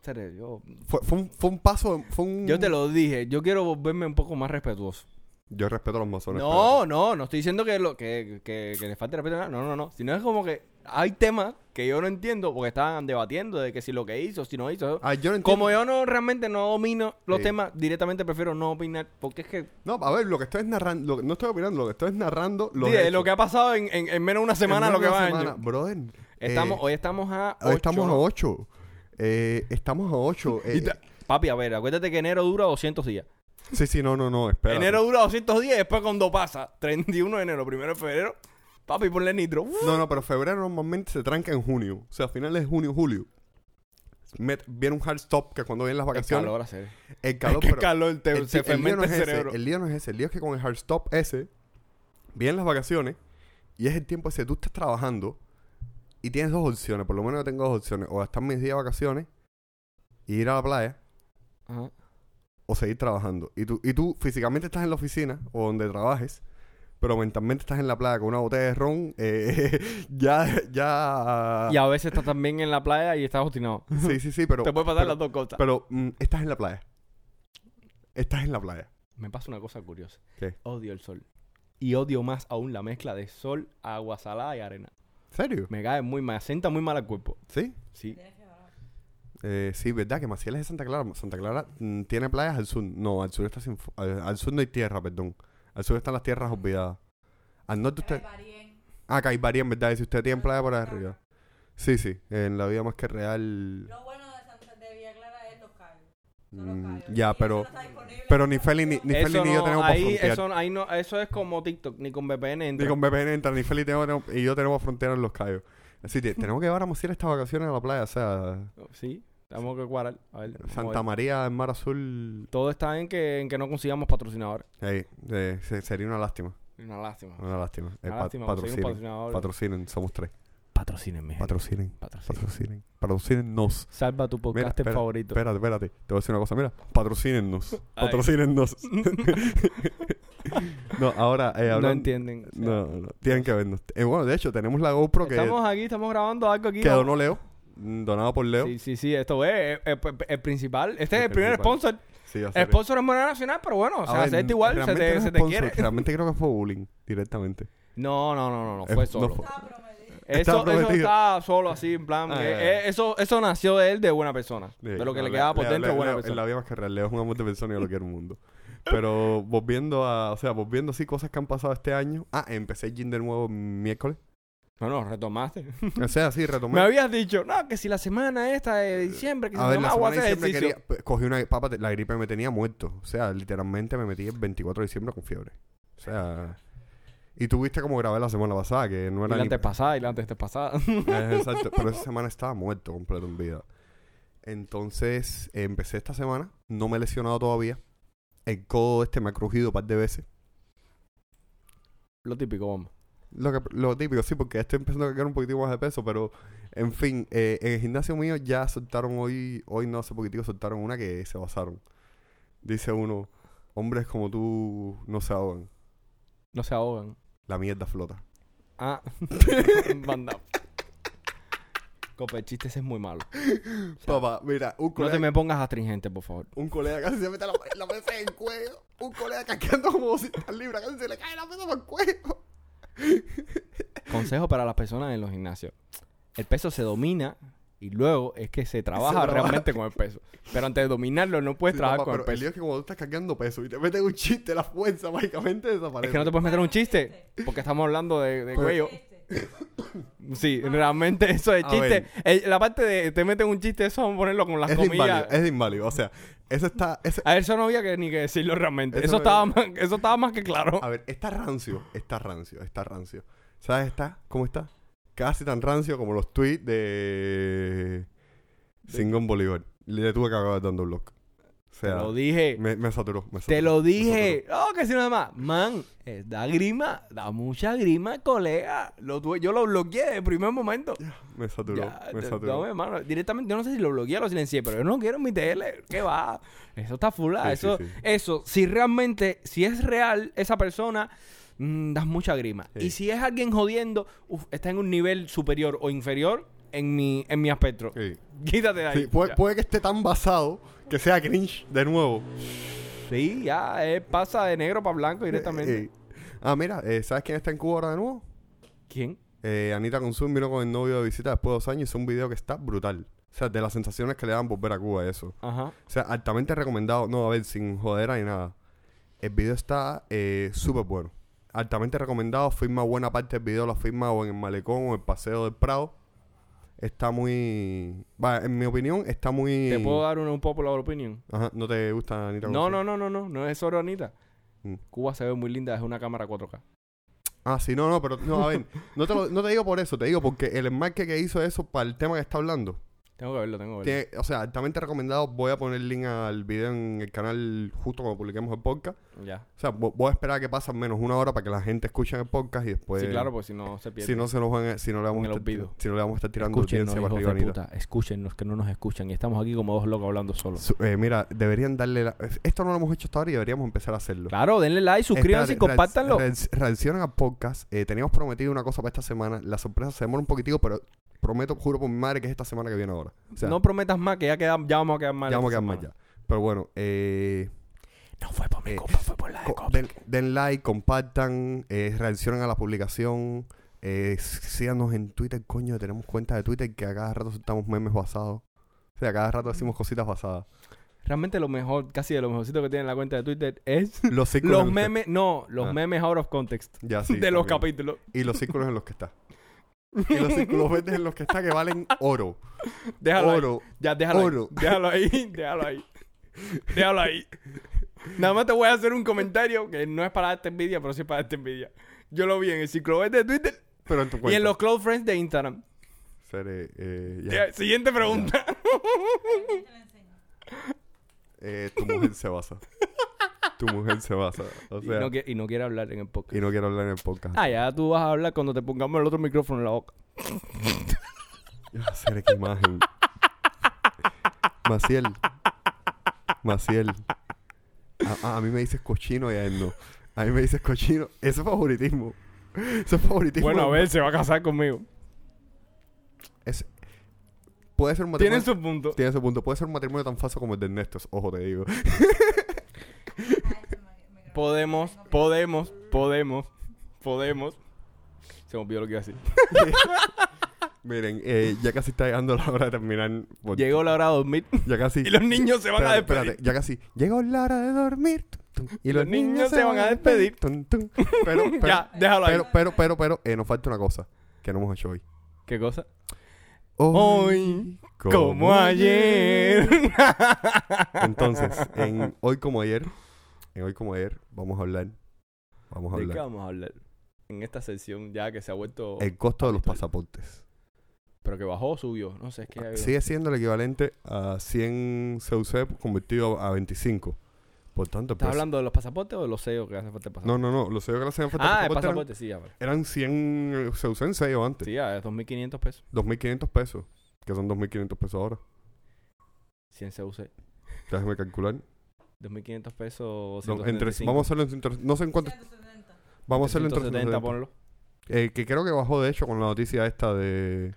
Tere, yo, Fue, fue, un, fue un paso, fue un... yo te lo dije, yo quiero volverme un poco más respetuoso. Yo respeto a los masones. No, no, no estoy diciendo que, lo, que, que, que le falte respeto. a nada. No, no, no. Sino es como que hay temas que yo no entiendo porque estaban debatiendo de que si lo que hizo, si no hizo. pero- Ah, yo no entiendo- como yo no realmente no domino los Sí. temas, directamente prefiero no opinar porque es que No, a ver, lo que estoy es narrando, lo que- no estoy opinando, lo que estoy es narrando... Los Dile, hechos. lo que ha pasado en, en- en menos de una semana, En lo que menos de va una año. semana. Brother, Estamos, eh, hoy estamos a hoy estamos a eh. ocho. 8. estamos a 8. Y ta- Papi, a ver, acuérdate que enero dura 200 días. sí, sí, no, no, no, espera. Enero dura 200 días y después cuando pasa 31 de enero, 1 de febrero, papi, ponle nitro. No, no, pero febrero normalmente se tranca en junio. O sea, a finales de junio, julio. Met- viene un hard stop que cuando vienen las Es vacaciones... calor hacer. El calor, Qué pero- calor, te- el, se el lío fermenta no el es ese, cerebro. el lío no es ese. El lío es que con el hard stop ese, vienen las vacaciones y es el tiempo ese. Tú estás trabajando y tienes dos opciones. Por lo menos yo tengo dos opciones. O gastar mis días de vacaciones y ir a la playa Ajá. o seguir trabajando. Y tú, y tú físicamente estás en la oficina o donde trabajes, pero mentalmente estás en la playa con una botella de ron eh, ya... ya Y a veces estás también en la playa y estás obstinado. Sí, sí, sí, pero... Te puede pasar pero- las dos cosas. Pero mm, estás en la playa. Estás en la playa. Me pasa una cosa curiosa. ¿Qué? Odio el sol. Y odio más aún la mezcla de sol, agua salada y arena. ¿Serio? Me cae muy mal, sienta muy mal al cuerpo. ¿Sí? Sí. Eh, sí, verdad que Maciel es de Santa Clara. Santa Clara mm, tiene playas al sur. No, al sur está sin fu- al, al sur no hay tierra, perdón. Al sur están las tierras olvidadas. Al norte usted. Ah, Caibarí, en verdad. Y si usted tiene playa por arriba. Sí, sí. En la vida más que real. Lo bueno de Santa de Villa Clara es los callos. Mm, ya, pero. Pero ni Feli ni, ni, Feli Eso ni yo no, tenemos para ahí, frontear. eso, ahí no, eso es como TikTok, ni con VPN entra. Ni con BPN entra, ni Feli tenemos- y yo tenemos frontera en los cayos. Así que tenemos que llevar a Maciel estas vacaciones a la playa. O sea, Sí, tenemos que cuadrar. A ver, vamos a Santa ver. María, el Mar Azul. Todo está en que, en que no consigamos patrocinadores. Ey, eh, se- sería una lástima. Una lástima. Una lástima. Eh, Una pa- lástima, conseguir un patrocinen. patrocinador. Eh, Patrocinen, somos tres. Patrocínenme. gente. Patrocinen, Patrocinen. patrocinen, patrocínennos. Salva tu Mira, podcast espera, favorito. Espérate, espérate. Te voy a decir una cosa. Mira, patrocínennos. Ay. Patrocínennos. no, ahora. Eh, no hablan- entienden. O sea, No, no, tienen que vernos. Eh, bueno, de hecho, tenemos la GoPro que, Estamos aquí, estamos grabando algo aquí. que vamos. donó Leo. Mm, Donado por Leo. Sí, sí, sí, esto es eh, eh, el, principal. Este El es el primer principal. sponsor. Sí, ya sé. El sponsor es Moneda Nacional, pero bueno, o A sea, ver, hacerte igual, se Ah, realmente te, no es se te sponsor, quiere. Realmente creo que fue bullying directamente. No, no, no, no, no, Es- fue Eh, no solo. fue- Ah, está eso, eso prometido. está solo así, en plan. Ah, eh, ya, ya. eh, eso, eso nació de él de buena persona. de lo que le quedaba por dentro, buena En la persona. vida más que real, Leo es un amor de persona y yo lo quiero un mundo. Pero volviendo a, o sea, volviendo así cosas que han pasado este año. Ah, empecé el gym de nuevo miércoles. No, no, retomaste. O sea, sí, retomé. Me habías dicho, no, que si la semana esta de diciembre, que si Eh, A ver, no la hago semana de hacer diciembre ejercicio. quería, p- cogí una papa, te- la gripe me tenía muerto. O sea, literalmente me metí el 24 de diciembre con fiebre. O sea, y tuviste como grabé la semana pasada, que no Y era la ni- antepasada, y la antepasada. Eh, Exacto, pero esa semana estaba muerto completo en vida. Entonces, eh, empecé esta semana, no me he lesionado todavía. El codo este me ha crujido un par de veces. Lo típico, vamos. Lo, que- lo típico, sí, porque estoy empezando a cargar un poquitito más de peso, pero en fin, eh, en el gimnasio mío ya soltaron hoy, hoy no hace poquitico, soltaron una que se basaron. Dice uno, hombres como tú no se ahogan, No se ahogan. la mierda flota. Ah, mandado. Copa, el chiste ese es muy malo. Papá, mira, un No colega, te me pongas astringente, por favor. un colega casi se mete la, la mesa en el cuello, un colega cascando como 200 libras, casi se le cae la mesa por el cuello. Consejo para las personas en los gimnasios. El peso se domina y luego es que se trabaja trabaja. realmente con el peso. Pero antes de dominarlo no puedes Sí, trabajar papá, Pues con el pero el lío peso. es que cuando tú estás cargando peso y te meten un chiste, la fuerza mágicamente desaparece. Es que no te puedes meter un chiste porque estamos hablando de, Pues, de cuello. Este, Sí, realmente eso de A chiste. eh, la parte de te meten un chiste, eso vamos a ponerlo con las es de inválido, comillas. es de inválido. O sea, eso está, ese- A eso no había que ni que decirlo realmente. Eso, Eso no estaba, había- más, eso estaba más que claro. A ver, está rancio, está rancio, está rancio. ¿Sabes? Está, ¿cómo está? Casi tan rancio como los tweets de Singón Bolívar. Le tuve que acabar dando block. O Te sea, lo dije. me, me saturó, me Te saturó, lo me dije. Oh, que si nada más. Man, eh, da grima, da mucha grima, colega. Lo tuve- yo lo bloqueé desde el primer momento. saturó, Me saturó, Ya, me te- saturó. no, hermano, directamente, yo no sé si lo bloqueé o lo silencié, pero yo no quiero mi TL. ¿Qué va? Eso está full. ah, Sí, eso, sí, sí. eso, si realmente, si es real esa persona, mm, das mucha grima. Sí. Y si es alguien jodiendo, uf, está en un nivel superior o inferior en mi, en mi espectro. Sí. Quítate de ahí. Sí, puede, ya. puede que esté tan basado que sea cringe de nuevo. Sí, ya, eh, pasa de negro para blanco directamente. Eh, ah, mira, eh, ¿sabes quién está en Cuba ahora de nuevo? ¿Quién? Eh, Anita Consum vino con el novio de visita después de dos años y hizo un video que está brutal. O sea, de las sensaciones que le dan volver a Cuba, eso. Ajá. O sea, altamente recomendado. No, a ver, sin jodera ni nada. El video está eh, súper bueno. Altamente recomendado. Firma buena parte del video. La firma o en el malecón o en el paseo del Prado. Está muy... Va, en mi opinión, está muy... ¿Te puedo dar una un popular opinion? Ajá, ¿no te gusta Anita No, no, no, no, no, no es solo Anita. Mm. Cuba se ve muy linda desde una cámara 4K. Ah, sí, no, no, pero... No, a ver. no, te lo- no te digo por eso. Te digo porque el enmarque que hizo eso para el tema que está hablando. Tengo que verlo, tengo que verlo. Tiene- o sea, altamente recomendado. Voy a poner link al video en el canal justo cuando publiquemos el podcast. Ya. O sea, vo- voy a esperar a que pasen menos una hora para que la gente escuche el podcast y después... sí, claro, porque si no se pierde. pues, Si no se nos van a- si no le vamos En a el estar, olvido. si no le vamos a estar tirando Escúchenos, audiencia para hijos arriba de Anita. puta. Escúchenos, que no nos escuchan. Y estamos aquí como dos locos hablando solos. Su- eh, mira, deberían darle la- Esto no lo hemos hecho hasta ahora y deberíamos empezar a hacerlo. Claro, denle like, suscríbanse y Espérate, reacc- compártanlo. reacc- Reaccionen al podcast. Eh, teníamos prometido una cosa para esta semana. La sorpresa se demora un poquitico, pero prometo, juro por mi madre, que es esta semana que viene ahora. O sea, no prometas más, que ya, quedan, ya vamos a quedar mal. ya vamos a esta quedar más ya. semana. Pero bueno, eh, No fue por mi Eh, culpa, fue por la de co- Copa. den, den like, compartan, eh, reaccionen a la publicación. Eh, s- síganos en Twitter, coño. Tenemos cuenta de Twitter que a cada rato soltamos memes basados. O sea, a cada rato decimos cositas basadas. Realmente lo mejor, casi de lo mejorcito que tiene la cuenta de Twitter es Los círculos. los en los que- memes, no, los Ah. memes out of context Ya, sí, de los también. capítulos. Y los círculos en los que está. Y los círculos verdes en los que está que valen oro. Déjalo ahí. oro. Ya, déjalo Oro. ahí. Déjalo ahí, déjalo ahí. Déjalo ahí. Nada más te voy a hacer un comentario que no es para darte envidia, pero sí es para darte envidia. Yo lo vi en el ciclovete de Twitter Pero en tu y cuenta. en los close friends de Instagram. Seré, eh, ya. Ya, Siguiente pregunta. ¿quién te lo enseña? Eh, tu mujer se basa. Tu mujer se basa. O sea, y, no, qui- y no quiere hablar en el podcast. quiero hablar en el podcast. Ah, ya tú vas a hablar cuando te pongamos el otro micrófono en la boca. Ya, seré qué imagen. Maciel. Maciel. A, a- a mí me dices cochino y a él no. A mí me dices cochino. Eso es favoritismo. Eso es favoritismo. Bueno, a ver, se va a casar conmigo. Es- puede ser un matrimonio. Tienen su punto. Tiene ese punto. Puede ser un matrimonio tan falso como el de Ernesto. Ojo, te digo. Ah, este mi- micrófono. Podemos, podemos, podemos, podemos. Se me olvidó lo que iba a decir. Miren, eh, ya casi está llegando la hora de terminar. por- Llegó la hora de dormir Ya casi. y los niños se van a Espérate, despedir. espérate, ya casi. Llegó la hora de dormir. tun, tun, y los niños se van a despedir. tun, tun. Pero, pero, ya, déjalo ahí. pero, pero, pero, pero, eh, nos falta una cosa. que no hemos hecho hoy. ¿Qué cosa? Hoy, Como ayer. Entonces, en hoy como ayer, en hoy como ayer, vamos a hablar. Vamos a ¿De qué hablar. vamos a hablar? En esta sección ya que se ha vuelto... El costo de los Habitual. pasaportes. Pero que bajó o subió. No sé, es que... hay- Sigue siendo el equivalente a 100 CUC convertido a 25. Por tanto, ¿Estás el precio- hablando de los pasaportes o de los sellos que hace falta el pues. No, pasaporte? no, no. Los sellos que le hacían falta al ah, el pasaporte eran- pasaporte, sí, ya. vale. Eran 100 CUC en sello antes. Sí, ya, es 2.500 pesos. 2.500 pesos. Que son 2.500 pesos ahora. 100 CUC. Déjame calcular. 2.500 pesos... No, entre, vamos a hacerlo en... cintre- No sé en cuánto... 170. Vamos a hacerlo en... 170, 370. ponlo. Eh, que creo que bajó, de hecho, con la noticia esta de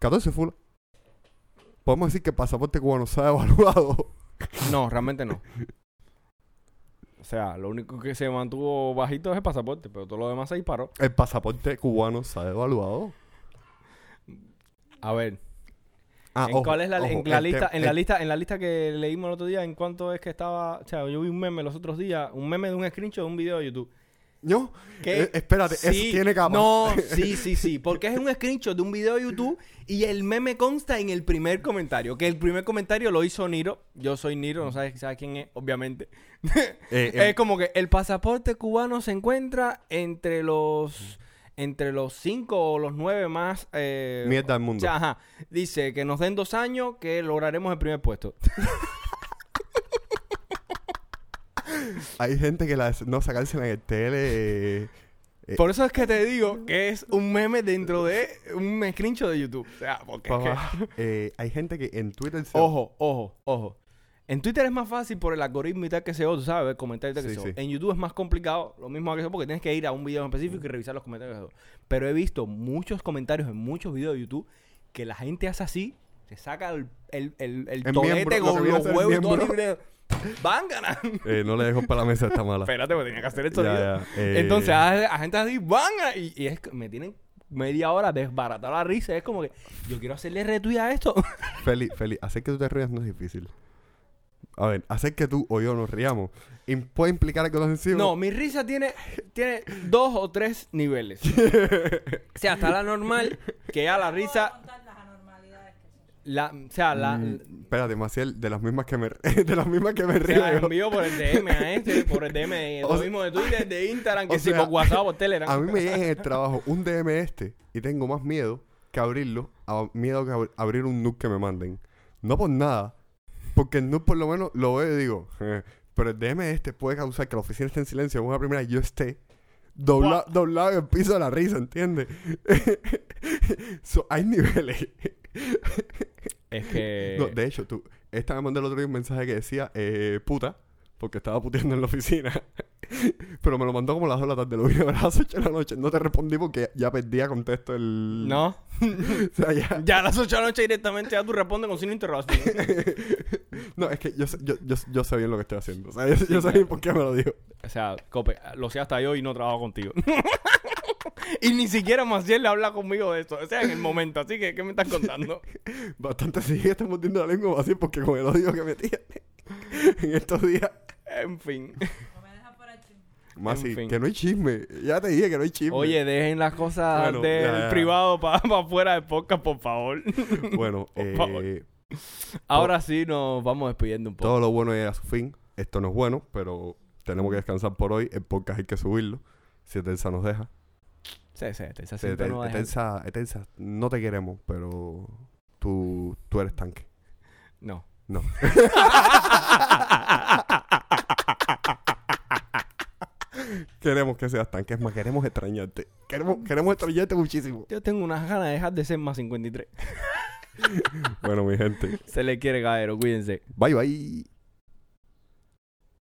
14 full. Podemos decir que el pasaporte cubano se ha evaluado. No, realmente no. O sea, lo único que se mantuvo bajito es el pasaporte, pero todo lo demás se disparó. El pasaporte cubano se ha evaluado. A ver, Ah, ¿en ojo, cuál es la, ojo, este, en la el lista, tem- en la el- lista, en la lista que leímos el otro día, en cuánto es que estaba, o sea, yo vi un meme los otros días, un meme de un screenshot de un video de YouTube. No, ¿Qué? eh, espérate, eso Sí, tiene capa. No, sí, sí, sí, porque es un screenshot de un video de YouTube y el meme consta en el primer comentario, que el primer comentario lo hizo Niro, yo soy Niro, no sabes, sabes quién es, obviamente. Eh, Es como que el pasaporte cubano se encuentra entre los entre los cinco o los nueve más eh, Mierda del o mundo. sea, ajá. Dice que nos den dos años que lograremos el primer puesto. Hay gente que la, no sacarse en el tele. eh, eh, Por eso es que te digo que es un meme dentro de un screenshot de YouTube. O sea, porque es que- papá. Eh, hay gente que en Twitter se. ojo, ojo, ojo. En Twitter es más fácil por el algoritmo y tal que se tú sabes, comentar y tal que Sí, se sí. En YouTube es más complicado, lo mismo que eso, porque tienes que ir a un video en específico y revisar los comentarios. de eso. Pero he visto muchos comentarios en muchos videos de YouTube que la gente hace así, se saca el, el, el, el El tolete miembro, lo que con viene a los ser el huevos y todo miembro. libre. ¡Van ganando! Eh, no le dejo para la mesa, está mala. Espérate, porque tenía que hacer el Ya, sonido. ya, eh. Entonces, ah. a, a gente así, van a- y, y es que me tienen media hora desbaratado la risa. Es como que yo quiero hacerle retweet a esto. Feli, Feli, hacer que tú te rías no es difícil. A ver, hacer que tú o yo nos riamos im- puede implicar algo ofensivo. No, mi risa tiene, tiene dos o tres niveles. o sea, está la normal, que ya la No puedo risa, contar las anormalidades que son. la, o sea, la, Mm. Espérate, Maciel, de las mismas que me, de las mismas que me se río. la yo. envío por el DM a este, por el DM, de- O lo sea- mismo de Twitter, de Instagram, o que si sea, por WhatsApp, por Telegram. A mí me llega en el trabajo un DM este y tengo más miedo que abrirlo, a- miedo que abri- abrir un nuke que me manden. No por nada, porque el nuke por lo menos lo veo y digo, "Eh", pero el DM este puede causar que la oficina esté en silencio, una primera yo esté dobla- doblado en el piso de la risa, ¿entiendes? So, hay niveles. Es que... No, de hecho, tú, esta me mandó el otro día un mensaje que decía, eh, puta, porque estaba puteando en la oficina. Pero me lo mandó como a las 2 de la tarde, lo vi a las 8 de la noche. No te respondí porque ya perdía contexto el... No. O sea, ya... Ya a las 8 de la noche directamente ya tú respondes con signo de interrogación. No, es que yo, sé- yo, yo, yo sé bien lo que estoy haciendo. O sea, yo, yo sé claro. bien por qué me lo dijo. O sea, Cope, lo sé hasta yo y no trabajo contigo. y ni siquiera Maciel le habla conmigo de eso. O sea, en el momento. Así que, ¿qué me estás contando? Bastante sigue está mordiendo la lengua así porque con el odio que me tiene en estos días... En fin. No me dejas para el chisme. Más En fin. que no hay chisme. Ya te dije que no hay chisme. Oye, dejen las cosas Bueno, del ya, ya. privado para afuera del podcast, por favor. Bueno, por favor. eh, Ahora sí nos vamos despidiendo un poco. Todo lo bueno llega a su fin. Esto no es bueno, pero tenemos que descansar por hoy. El podcast hay que subirlo. Si Etensa nos deja. Sí, sí, te- esa Si cinta Eten- no va a dejar- Etensa, Etensa, no te queremos, pero tú, tú eres tanque. No. No. queremos que seas tanque. Es más, queremos extrañarte. Queremos, queremos extrañarte muchísimo. Yo tengo unas ganas de dejar de ser más 53. Bueno, mi gente. Se le quiere caer, cuídense. Bye, bye.